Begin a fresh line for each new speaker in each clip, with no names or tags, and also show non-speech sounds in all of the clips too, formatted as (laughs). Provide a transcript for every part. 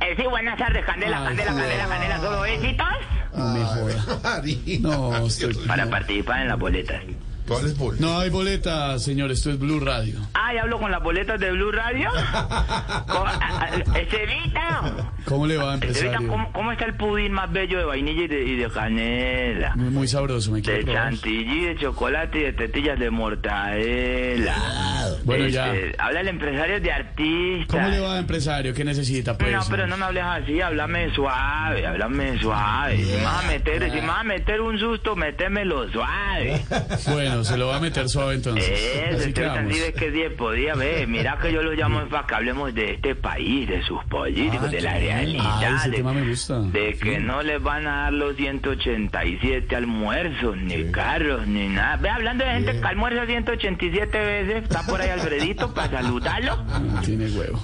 Eh, sí, buenas tardes, Candela,
Ay,
Candela,
sí.
Candela, Candela, solo éxitos
No
Ah,
me
(laughs)
joda. No, estoy-
para participar en las boletas.
¿Cuál es
pues?
boleto?
No hay boleta, señor. Esto es Blue Radio.
Ah, ¿y hablo con las boletas de Blue
(laughs)
Radio? Ah, Con- a- a- Estevita,
¿Cómo le va,
Estevita,
empresario?
¿cómo, cómo está el pudín más bello de vainilla y de, y de canela?
Muy, muy sabroso, me quiere
De
probar.
chantilly, de chocolate y de tetillas de mortadela.
Bueno, ya.
Este, Habla el empresario de artistas.
¿Cómo le va, empresario? ¿Qué necesita, pues?
No, pero no me hables así, háblame suave, háblame suave. Si me vas a meter, si me vas a meter un susto, metémelo
(laughs)
suave.
Bueno, se lo va a meter suave entonces.
Eso,
Así
Eh, entonces
quedamos.
así ves que 10 podía ver. Mira que yo lo llamo para que hablemos de este país, de sus políticos,
Ah,
de la
qué bien.
realidad.
Ah, ese
de,
tema me gusta.
de
Sí.
que no les van a dar los 187 almuerzos, ni carros, ni nada. Ve hablando de gente que almuerza 187 veces, está por ahí Alfredito para saludarlo.
Ah, Tiene huevo.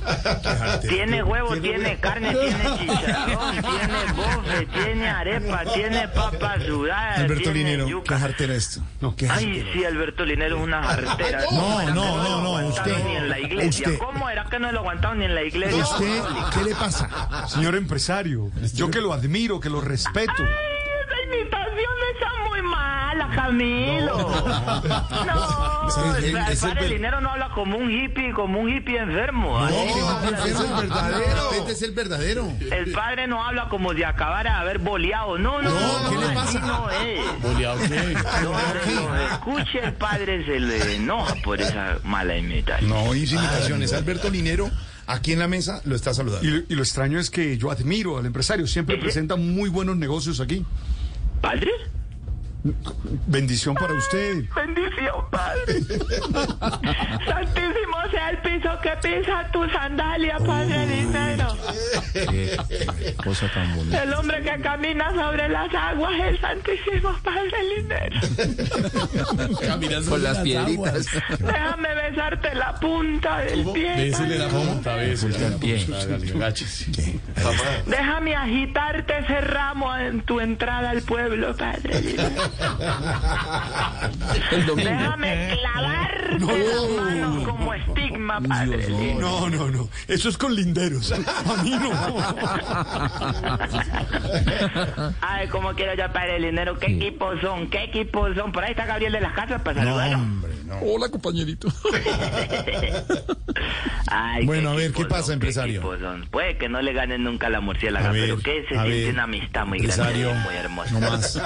Tiene huevo, tiene carne,
(laughs)
tiene chicharrón, tiene bofe, tiene arepa, tiene papa sudada,
Alberto
tiene
Linero,
yuca.
qué jartera esto. qué
Ay, sí, Alberto Linero es una jartera.
No,
era que lo
no, no, no,
aguantaron
usted-
Ni en la iglesia.
usted-
¿Cómo era que no lo aguantaron ni en la iglesia?
¿Usted qué le pasa?
Señor empresario, yo que lo admiro, que lo respeto.
Esa invitación está muy mala, Camilo. No,
Ese es el-
el
ese es
padre
el-
Linero no habla como un hippie, como un hippie enfermo. ¿eh? Así
No,
no habla.
ese es el verdadero. Este es el verdadero.
El padre no habla como si acabara de haber boleado. No, no,
No,
no,
¿qué le
así
pasa?
no es.
¿Boleado qué?
No, no, escuche, el padre se le enoja por esa mala imitación.
No hice imitaciones. Alberto Linero, aquí en la mesa, lo está saludando.
Y, y lo extraño es que yo admiro al empresario, siempre presenta muy buenos negocios aquí.
¿Padre?
Bendición para usted.
Bendición,
(laughs)
padre. Santísimo sea el piso que pisa tu sandalia, padre dinero.
cosa tan bonita.
El hombre que camina sobre las aguas, el santísimo padre linero.
Caminando
Con
en
las piedritas.
aguas.
Déjame besarte la punta del pie.
Bésele la punta, bésele la punta. Hágale, agáchese.
este,
Déjame agitarte ese ramo en tu entrada al pueblo, padre linero.
El domingo.
Déjame clavarte las manos como estigma, padre linero.
No, no, no. Eso es con linderos. A mí no.
Ay, cómo quiero yo para el dinero. ¿Qué equipos son? ¿Qué equipos son? Por ahí está Gabriel de las Casas para saludarlo.
Hola, compañerito.
Ay,
Bueno, a ver,
equipos
¿qué pasa,
son?
empresario?
equipos son? Puede que no le ganen nunca la murciélaga,
A
pero
ver,
que se
a
siente
ver,
una amistad muy
empresario,
grande, muy hermosa. (laughs)
no más. ¿Qué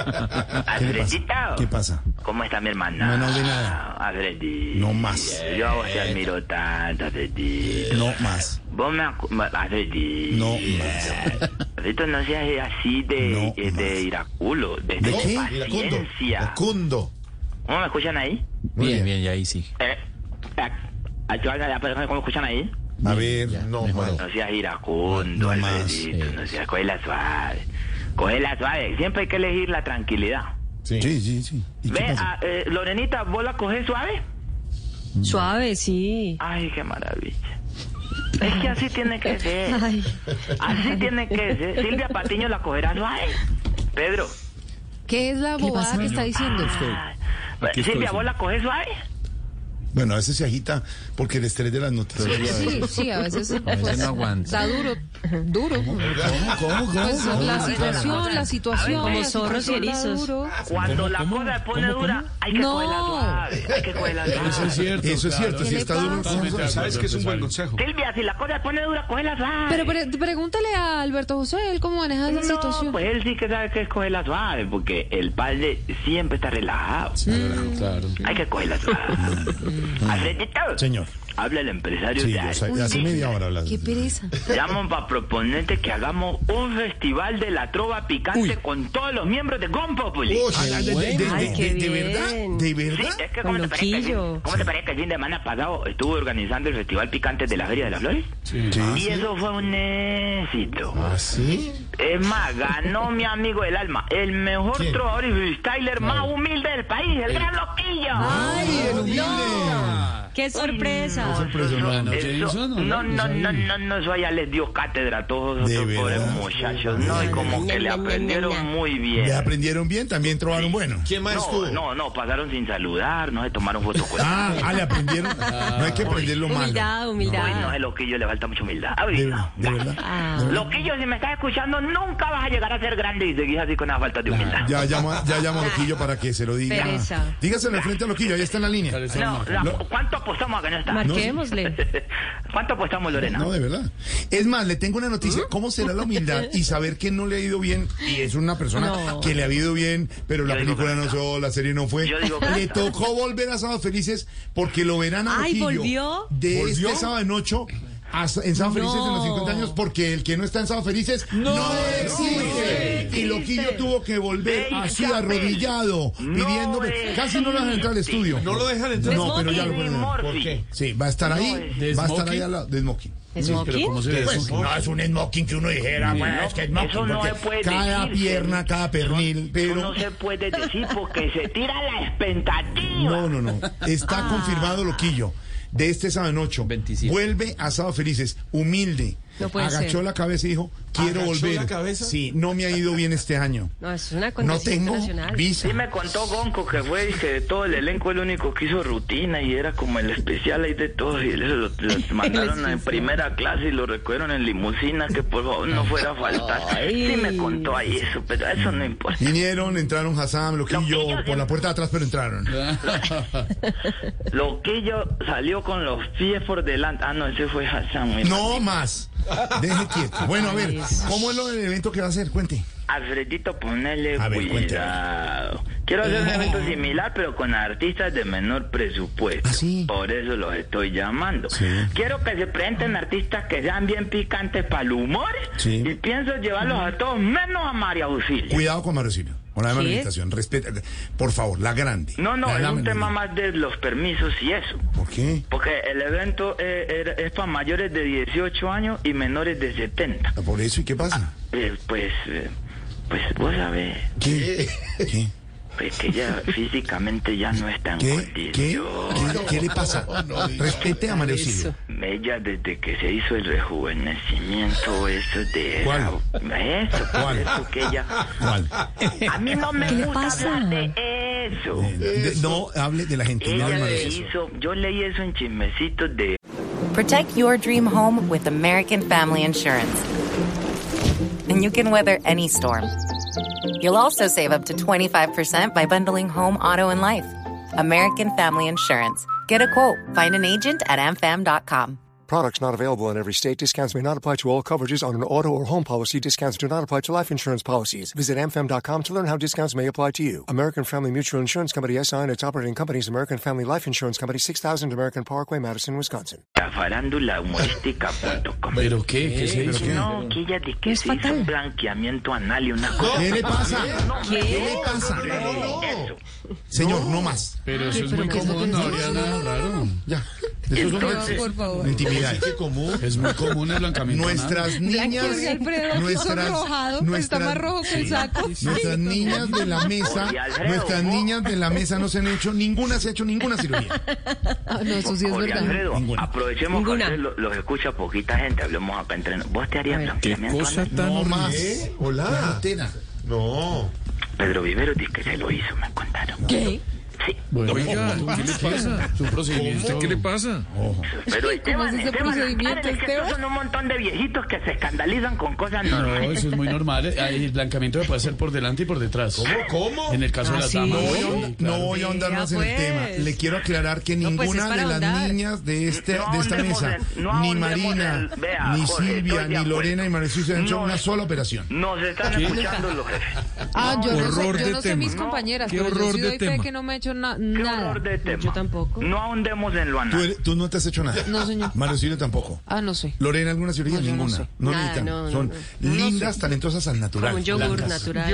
le
Alfredito.
pasa? ¿Qué pasa?
¿Cómo está mi hermana?
No, no de nada.
Alfredito.
No más.
Yo a vos te admiro tanto, Alfredito.
No más.
Vos me acu- ma- Alfredito.
No más.
Alfredito, no seas así de,
No
eh, de
más.
iraculo, de,
¿De
de
qué?
paciencia.
Iracundo.
¿Cómo me escuchan ahí?
Bien, bien, ya ahí
(laughs)
sí.
Eh, eh, ayúdame a la persona, ¿Cómo me escuchan ahí?
A ver, no, mano.
No seas iracundo,
No más,
Alfredito,
eh.
no seas, coge la suave. Coge la suave, siempre hay que elegir la tranquilidad.
Sí, sí, sí. ¿Y qué
Ve,
pasa?
a- eh, Lorenita, ¿vos la coges suave?
Suave, sí.
Ay, qué maravilla. Es que así tiene
(laughs)
que ser.
Ay.
Así tiene que ser. Silvia Patiño la cogerá suave. Pedro.
¿Qué es la
¿Qué
bobada
pasa?
que está diciendo?
Ah, Silvia, ¿vos la coges suave?
Bueno, a veces se agita porque el estrés de las noticias.
Sí, sí, a veces pues,
no aguanta.
da duro, duro.
¿Cómo, cómo?
Pues la situación, la situación.
Como
la
zorros y
situación da
erizos.
duro.
Cuando la cosa se pone dura, hay que
No.
cogerla suave. Hay que cogerla
Eso es
suave.
cierto.
Eso es
claro.
cierto,
¿Qué
si
le
está duro.
pasa?
Totalmente de
Sabes
acuerdo,
que es un buen
empresario.
consejo.
Silvia, si la cosa se pone dura, coge la suave.
Pero pre- pregúntale a Alberto José, él cómo maneja esa situación.
pues él sí que sabe que es cogerla suave, porque el padre siempre está relajado.
Claro, claro.
Hay que cogerla
(laughs)
suave. Alfredito.
Señor.
Habla el empresario de
Sí, yo sé,
Argentina.
hace media hora hablas.
Qué pereza.
Llaman para proponerte que hagamos un festival de la trova picante con todos los miembros de Gompopuli.
Uy, de, de- de-
Ay, qué
de- de verdad,
bien.
de
Sí,
verdad.
es que ¿cómo te, parece que el fin-
Loquillo.
cómo te parece que el fin de semana pasado estuve organizando el Festival Picante de la Feria de las Flores?
Sí.
Y eso fue un éxito.
¿Ah, ¿Sí?
Es más, ganó mi amigo del alma, el mejor trovador y freestyler más humilde del país, el gran Loquillo.
Ay, el humilde.
¡Qué sorpresa!
Impresionante.
no,
Eso-
Jason,
no,
no,
no, no, no, no, eso allá les dio cátedra a todos
De
esos pobres
verdad.
muchachos, no, y como que le aprendieron muy bien.
Le aprendieron bien, también trobaron bueno.
¿Quién más estuvo?
No, no, no, pasaron sin saludar, no se tomaron fotos con
(laughs) Ah, ah, le aprendieron. No hay que aprenderlo mal.
Humildad,
Uy, no,
humildad.
el loquillo le falta mucha humildad.
De,
Ay, no.
de verdad.
Ah.
Loquillo, si me estás escuchando, nunca vas a llegar a ser grande y seguís así con la falta de humildad.
Ya llamo, a- ya llamo a Loquillo para que se lo diga.
Pereza.
Dígaselo de frente a Loquillo, ahí está en la línea.
Parece
No,
una-
la-
No.
¿cuánto apostamos a que no está?
Marquémosle.
(laughs) ¿Cuánto apostamos, Lorena?
No, de verdad. Es más, le tengo una noticia.
¿Mm?
¿Cómo será la humildad y saber que no le ha ido bien? Y es una persona
No.
que le ha ido bien, pero la
Yo digo
película
que
no
no.
fue, la serie no fue.
Yo digo que
Le
no.
tocó volver a Sábado Felices porque lo verán a
Ay,
Loquillo
¿volvió?
De
¿Volvió?
este sábado en ocho a- en Sábado Felices en los
No.
50 años porque el que no está en Sábado Felices no, existe. Y Loquillo tuvo que volver
Ven,
así
Capel.
arrodillado,
No
pidiéndome. Casi no lo dejan entrar al estudio.
No lo dejan entrar.
No, pero ya lo
Smoking.
ponen.
¿Por qué?
Sí, va a estar ahí,
¿De
va a estar
smoking?
ahí al lado de smoking.
Pero
¿Smoking?
¿cómo se ve
Pues,
eso?
no es un smoking que uno dijera, bueno, es que smoking,
Eso no
porque
se puede
cada
decir,
pierna,
sí.
cada pernil, pero...
Eso no se puede decir porque se tira la expectativa.
No, no, no. Está
Ah.
confirmado Loquillo. De este sábado en ocho.
27.
Vuelve a Sábado Felices, humilde.
No puede
agachó
ser.
la cabeza y dijo, quiero
¿Agachó
volver.
la cabeza?
Sí, no me ha ido bien este año.
No, eso es una
No
condición
tengo
internacional.
visa.
Sí me contó Gonco que fue y que de todo el elenco el único que hizo rutina y era como el especial ahí de todos y lo, lo-
(laughs)
lo (laughs) mandaron en
especial.
primera clase y lo recogieron en limusina que por favor no fuera a faltar. Sí me contó ahí eso, pero eso no importa.
Vinieron, entraron Hassan, Loquillo,
Loquillo,
por la puerta de atrás, pero entraron.
Loquillo salió con los pies por delante. Ah, no, ese fue Hassan. mi man.
No más. Deje quieto. Bueno, a ver, ¿cómo es lo del evento que va a hacer? Cuente.
Alfredito, ponele
A ver,
cuidado. Quiero hacer un evento similar, pero con artistas de menor presupuesto.
¿Ah, sí?
Por eso los estoy llamando.
Sí.
Quiero que se presenten artistas que sean bien picantes para el humor.
Sí.
Y pienso llevarlos a todos, menos a María Auxilio.
Cuidado con Marocino. Hola,
¿Qué?
manifestación. Respeta. Por favor, la grande.
No, no,
La
es
grande.
un tema más de los permisos y eso.
¿Por qué?
Porque el evento eh, era- es para mayores de 18 años y menores de 70.
Ah, Por eso, ¿y qué pasa?
Eh, pues, eh, pues vos sabés.
¿Qué? ¿Qué?
Pues que
(laughs)
ella físicamente ya no está en
Pues
¿Qué? ¿Qué? ¿Qué,
condición.
¿Qué le
(laughs)
pasa? Respete a Marocino.
Ella desde que se hizo el rejuvenecimiento, eso de...
¿Cuál?
Eso,
¿Cuál?
eso que ella...
¿Cuál?
A mí no me
¿Qué le
gusta
pasa?
hablar de eso.
De- no hable de la gentilidad de
Ella se
Marocino.
hizo... Yo leí eso en chismecitos de...
Protect your dream home with American Family Insurance. And you can weather any storm. You'll also save up to 25% by bundling home, auto, and life. American Family Insurance. Get a quote, find an agent at amfam.com.
Products not available in every state. Discounts may not apply to all coverages on an auto or home policy. Discounts do not apply to life insurance policies. Visit amfam.com to learn how discounts may apply to you. American Family Mutual Insurance Company SI and its operating companies, American Family Life Insurance Company, 6000 American Parkway, Madison, Wisconsin.
La farándula humorística.com.
(laughs) ¿Pero qué? ¿Qué se hizo?
No, que ella de que
Es
se hizo
fatal.
un blanqueamiento anal y
(laughs)
una cosa.
¿Qué le pasa?
¿Qué?
¿Qué le pasa? Señor, no más.
Pero eso es muy
pero ¿qué es lo
común,
que
no
dice?
habría nada raro.
Ya. Eso son
Entonces,
nuestras
Por favor.
intimidades.
Es muy común el blancamiento.
(laughs) Nuestras niñas.
Blanqueos y Alfredo, que son rojados, pero está más rojo que el saco.
(laughs)
Nuestras niñas de la mesa,
Oye, Alfredo,
nuestras
vos.
niñas de la mesa no se han hecho, ninguna se ha hecho ninguna cirugía.
Ah, no, eso sí es
Jorge
verdad.
Alfredo,
Ninguna.
aprovechemos que
Ninguna.
Alfredo lo- los escucha poquita gente, hablemos acá entre nos. ¿Vos te harías blanqueamiento anal?
tan
No más.
Hola.
Tena.
Pedro Vivero dice que se lo hizo, me contaron.
¿Qué?
Sí.
Oiga, ¿qué le pasa? Su procedimiento. ¿Qué le pasa?
Pero
¿Cómo es
Esteban,
ese
Esteban,
procedimiento,
es que estos
Esteban?
son un montón de viejitos que se escandalizan con cosas
No,
normales.
eso es muy normal. eh, El blancamiento se puede hacer por delante y por detrás. ¿Cómo? ¿Cómo? En el caso de
Ah,
las
¿sí?
damas.
No
No,
voy,
sí,
a,
claro.
no voy a ahondar
Vea,
más en el
pues.
tema. Le quiero aclarar que
No, pues, es
ninguna
para
de las
ahondar.
niñas de, este,
No
de esta
ahondemos
mesa,
en- no
ni
ahondemos
Marina,
en- vea,
ni
Jorge,
Silvia,
estoy de
ni
acuerdo.
Lorena y Marisol se han hecho
No.
una sola operación.
Nos están escuchando los jefes.
Ah, yo no
Horror
sé, yo
de
no sé
tema.
mis compañeras,
Qué
pero yo
horror
sí
de
doy fe
tema.
que no me he hecho na-
Qué
nada.
horror de tema.
Yo tampoco.
No ahondemos en lo
¿Tú,
anal.
eres- tú no te has hecho nada.
No, señor.
Maricilio tampoco.
Ah, no sé.
Lorena, ¿alguna cirugía?
No, yo no
Ninguna.
sé.
No,
Nada,
necesitan.
no, no,
Son
no.
lindas, talentosas al natural.
Como un
(laughs)
yogur
blancas.
natural.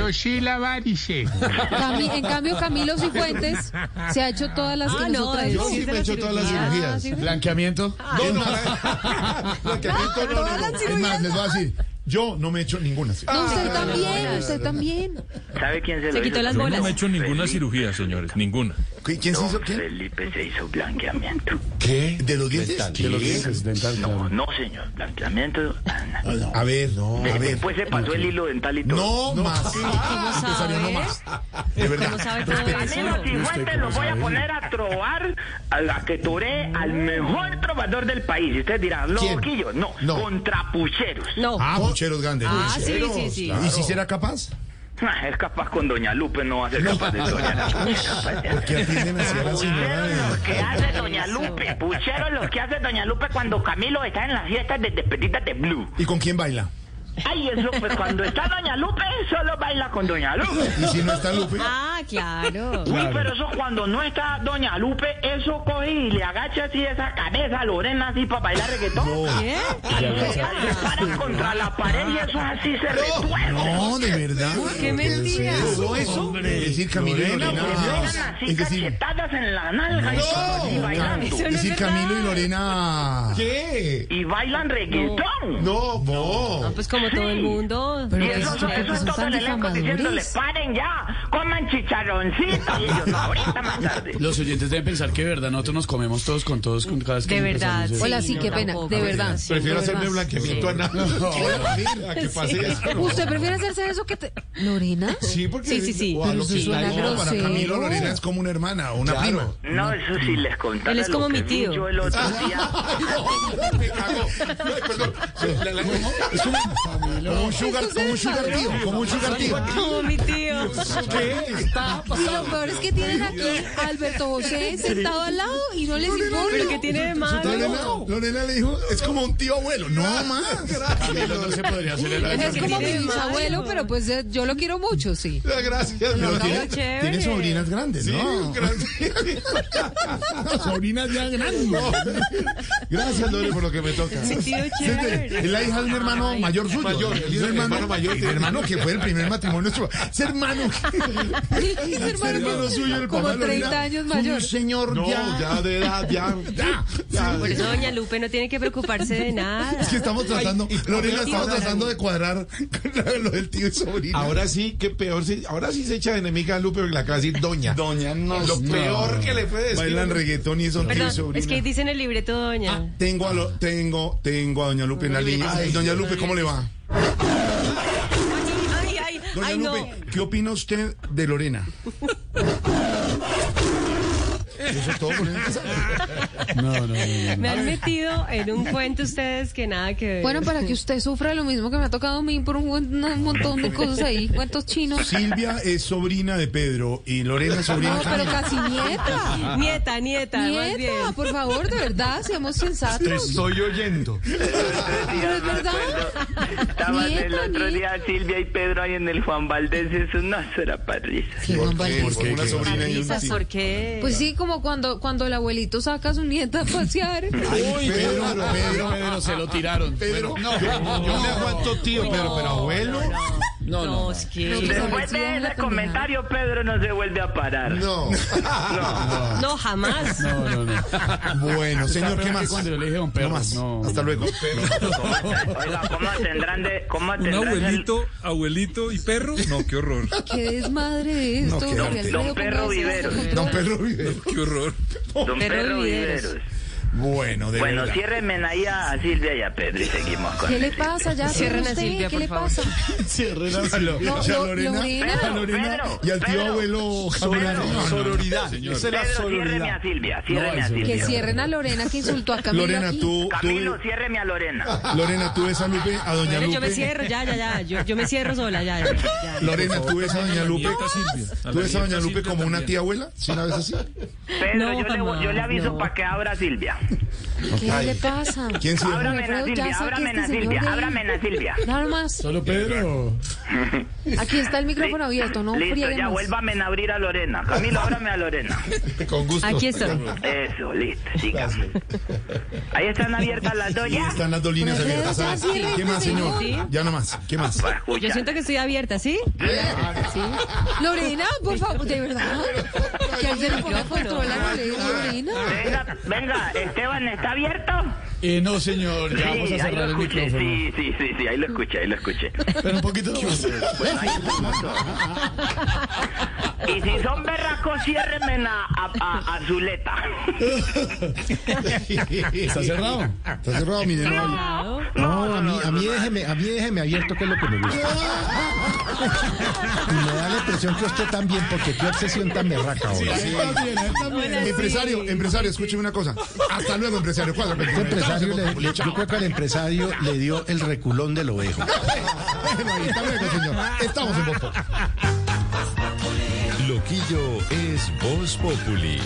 Cami- en cambio, Camilo Cifuentes se ha hecho todas las que
Ah, no,
nosotras
él
Yo
sí
sí
es de
me he
la
hecho todas las
cirugía.
cirugías.
Ah, sí, sí.
Blanqueamiento. Es (laughs) más- Blanqueamiento no, no, no. Es más, les voy a decir, yo no me he hecho ninguna cirugía.
No, usted también, usted también.
¿Sabe quién se, lo
Se quitó
hizo?
las
Yo
bolas.
no me he hecho ninguna
cirugía, señores, ninguna.
¿Qui- ¿Quién se hizo
Don
qué?
Felipe se hizo blanqueamiento.
¿Qué? ¿De los dientes?
De los dientes, dental, claro.
No, señor, blanqueamiento. ah, no. Pues
A ver, no, a ver.
Después se pasó el hilo dental y todo.
No, más.
¿Cómo
Empezaría no
sabe?
más. De
¿Cómo
verdad.
sabe todo
Danilo
eso?
Cifuentes lo voy a poner a trobar, a la que toré al mejor trovador del país. Y ustedes dirán,
¿Quién?
loquillo. No,
No.
contrapucheros.
No.
Ah, pucheros grandes.
Ah, sí, sí, sí.
¿Y si será capaz?
Ah, Es capaz con Doña Lupe, no va a ser capaz de Doña Lupe. es capaz de-
Porque atienden así a la señora.
Pucheros los
de-
que hace Doña Lupe, pucheros los que hace Doña Lupe cuando Camilo está en las fiestas de despedidas de Blue.
¿Y con quién baila?
Ay, eso, pues cuando está Doña Lupe, solo baila con Doña Lupe.
¿Y si no está Lupe?
Ah, claro.
Uy, pero eso cuando no está Doña Lupe, eso coge y le agacha así esa cabeza a Lorena así para bailar reggaetón.
¿Qué?
Y ella se para contra la pared y eso así se retuerce.
No, de verdad.
qué mentira.
¿Todo eso? Es decir, Camilo y
Lorena, por
Lorena.
Pegan así
Es decir,
cachetadas en la nalga y todo, y bailando.
Eso no
es decir,
es
Camilo y
verdad.
Lorena. ¿Qué?
Y bailan reggaetón.
No, no.
Pues como todo el mundo. eh,
Y eso, eso, eso es todo el elenco diciéndole, paren ya, coman chicharroncito. Y ellos, no, ahorita más tarde.
Los oyentes deben pensar que de verdad nosotros nos comemos todos con todos con cada vez que
De
empezamos
verdad.
eso.
Hola, sí,
no,
qué pena,
tampoco.
de verdad.
Prefiero hacerme (laughs)
blanqueamiento
a nada. Hola, mira, que pase eso.
¿Usted prefiere hacerse eso que te... ¿Lorena?
Sí, porque.
Sí, sí, sí.
o a lo que
Sí,
está
suena
ahí,
No, para
grosero.
Camilo Lorena es como una hermana, una prima.
No, eso sí les contaba.
Él es como mi tío.
Yo el otro día.
Me cago. Ay, perdón. La- la- Es como como un sugar, como un sugar tío, como un sugar tío.
Como mi tío.
¿Qué está
Y lo peor es que tienen aquí a Alberto José sentado al lado y no les
¿Pero qué
importa.
tiene de malo?
Lorena, Lorena le dijo, es como un tío abuelo. No, más.
Camilo no se podría hacer (laughs) el
Es como mi
tiene de
bisabuelo,
malo?
pero pues eh, yo lo quiero mucho, sí.
Gracias.
no,
Pero tiene,
está chévere.
tiene sobrinas grandes, ¿no? sobrinas ya grandes. No. Gracias, Lore, por lo que me toca.
Mi tío chévere.
Es la hija de un hermano
Ay,
mayor suyo.
Mayor,
Es un hermano mayor. hermano que fue el primer matrimonio nuestro. Ese hermano.
Es
ese
hermano
hermano
que-
suyo, el
como
papá de Lorena,
30 años
fue
mayor.
Un señor ya.
de edad, ya.
ya, ya.
Por eso Doña Lupe no tiene que preocuparse de nada.
Es que estamos tratando, Lorena, estamos tratando de cuadrar lo del tío y sobrino.
Ahora sí, que peor. sí- ahora sí se echa de enemiga a Lupe porque la acaba de decir doña.
Doña, no.
Lo peor que le puede decir.
Bailan reggaetón y son tío y
Perdón,
sobrino.
es que dice en el libreto Doña.
Tengo a, lo- tengo, tengo a Doña Lupe en la línea. Ay, Doña Lupe, ¿cómo le va?
Ay, ay,
Doña
ay, no.
Lupe, ¿qué opina usted de Lorena? Eso es todo por hoy.
No, no, no, no.
Me han metido en un cuento ustedes que nada que ver.
Bueno, para que usted sufra lo mismo que me ha tocado a mí por un, buen- un montón de cosas ahí, cuentos chinos.
Silvia es sobrina de Pedro y Lorena es sobrina
No,
de
pero
Camila.
casi nieta.
Nieta, nieta, más bien.
Nieta, pues. por favor, de verdad, seamos
Te
sensatos.
estoy oyendo.
Pero es verdad.
Estaban el
Nieta,
otro
nieta.
día Silvia y Pedro ahí en el Juan Valdés. Eso no será para risa.
Sí, Juan Valdés.
Porque una sobrina y un
Risas,
tío.
¿por qué?
Pues sí, como cuando, cuando el abuelito saca a su nieta a pasear.
Uy, Pedro, Pedro, Pedro, se lo tiraron. Pedro, no,
Yo le aguanto tío, pero, pero abuelo.
no, no.
No, es que...
Después
Sí,
de
es la
ese
pendeja.
comentario, Pedro no se vuelve a parar.
No.
No, jamás.
No, no, no.
Bueno, señor, ¿qué más?
Cuando yo le dije a un
No
perro,
más.
(laughs) no.
Hasta luego.
Oiga, ¿cómo tendrán de.? ¿Cómo tendrán el-
abuelito y perro. No, qué horror.
Qué desmadre esto.
No, qué
Jorge
arte.
Alfredo,
Don
¿cómo
Perro
haces
Vivero.
esto
Don
con todo?
Pedro Rivero.
(laughs) Qué horror.
Don
Pero
Pedro
Viveros.
Viveros.
Bueno, de
Bueno,
verdad.
cierrenme ahí a Silvia y a Pedro y seguimos con
¿Qué
el
le
libro.
pasa ya?
Cierren a
señor, usted?
Silvia,
¿Qué
por
le
favor.
pasa?
Cierren a Silvia. Y a
Lo-
Lorena.
Lorena.
a Lorena
Pedro,
y al tío
Pedro.
abuelo Javier.
Pedro.
Sororidad. Esa es la
Pedro, ciérreme
sororidad.
a Silvia, ciérreme a
Que
Silvia.
cierren a Lorena que insultó a Camilo.
Lorena,
aquí.
tú, tú,
Camilo, ciérreme a
(laughs)
Lorena.
Lorena, tú ves a Lupe, a Doña
Bueno,
Lupe.
yo me cierro, ya, ya, ya. Yo, yo me cierro sola, ya, ya. ya.
Lorena, tú ves a Doña Lupe.
Silvia.
¿Tú ves a Doña Lupe como una tía abuela? ¿Sí una vez así?
Pedro,
No,
yo, le, voy- yo le
jamás,
aviso
no.
para que abra Silvia.
¿Qué le pasa?
¿Quién sí?
Ábrame a
Alfredo, ya
Silvia,
saque
ábrame
este
a
señor
Silvia,
de ahí.
ábrame a Silvia.
Nada más.
Solo Pedro.
Aquí está el micrófono abierto, no
Listo,
friegue
ya
más.
vuélvame a abrir a Lorena. Camilo, ábrame a Lorena.
Con gusto.
Aquí estoy.
Eso, listo, siga. Ahí están abiertas las dos
Y
ya.
están las dos
Pues
líneas
Alfredo,
abiertas.
ya
¿sabes?
cierre
¿Qué
este
más, señor?
señor.
Ya nomás. ¿Qué más?
Para
Yo
escuchar.
siento que estoy abierta, ¿sí?
Lorena, por favor, de verdad. Que alguien le ponga control a Lorena. Lorena.
Venga, venga, Esteban está abierto?
Eh, no, señor, ya vamos a
sí, ahí
cerrar
lo
el
escuché,
micrófono.
sí, sí, sí, sí, ahí lo escuché, ahí lo escuché.
Pero un poquito más.
Bueno, ahí estuvimos todos. Y si son berracos, ciérrenme a, a, a- a Zuleta.
Está cerrado.
Está cerrado, mi no.
No, a mí, a mí déjeme, a mí déjeme abierto que es lo que me
(laughs)
gusta. Y me da la impresión que usted también, porque qué obsesión tan berraca ahora.
Empresario, empresario, escúcheme una cosa. Hasta luego, empresario. Cuadra,
Este empresario le- le- yo creo que al empresario le dio el reculón del
(laughs)
ovejo.
Hasta luego, señor. Estamos en Bosco.
Loquillo es Voz Populi.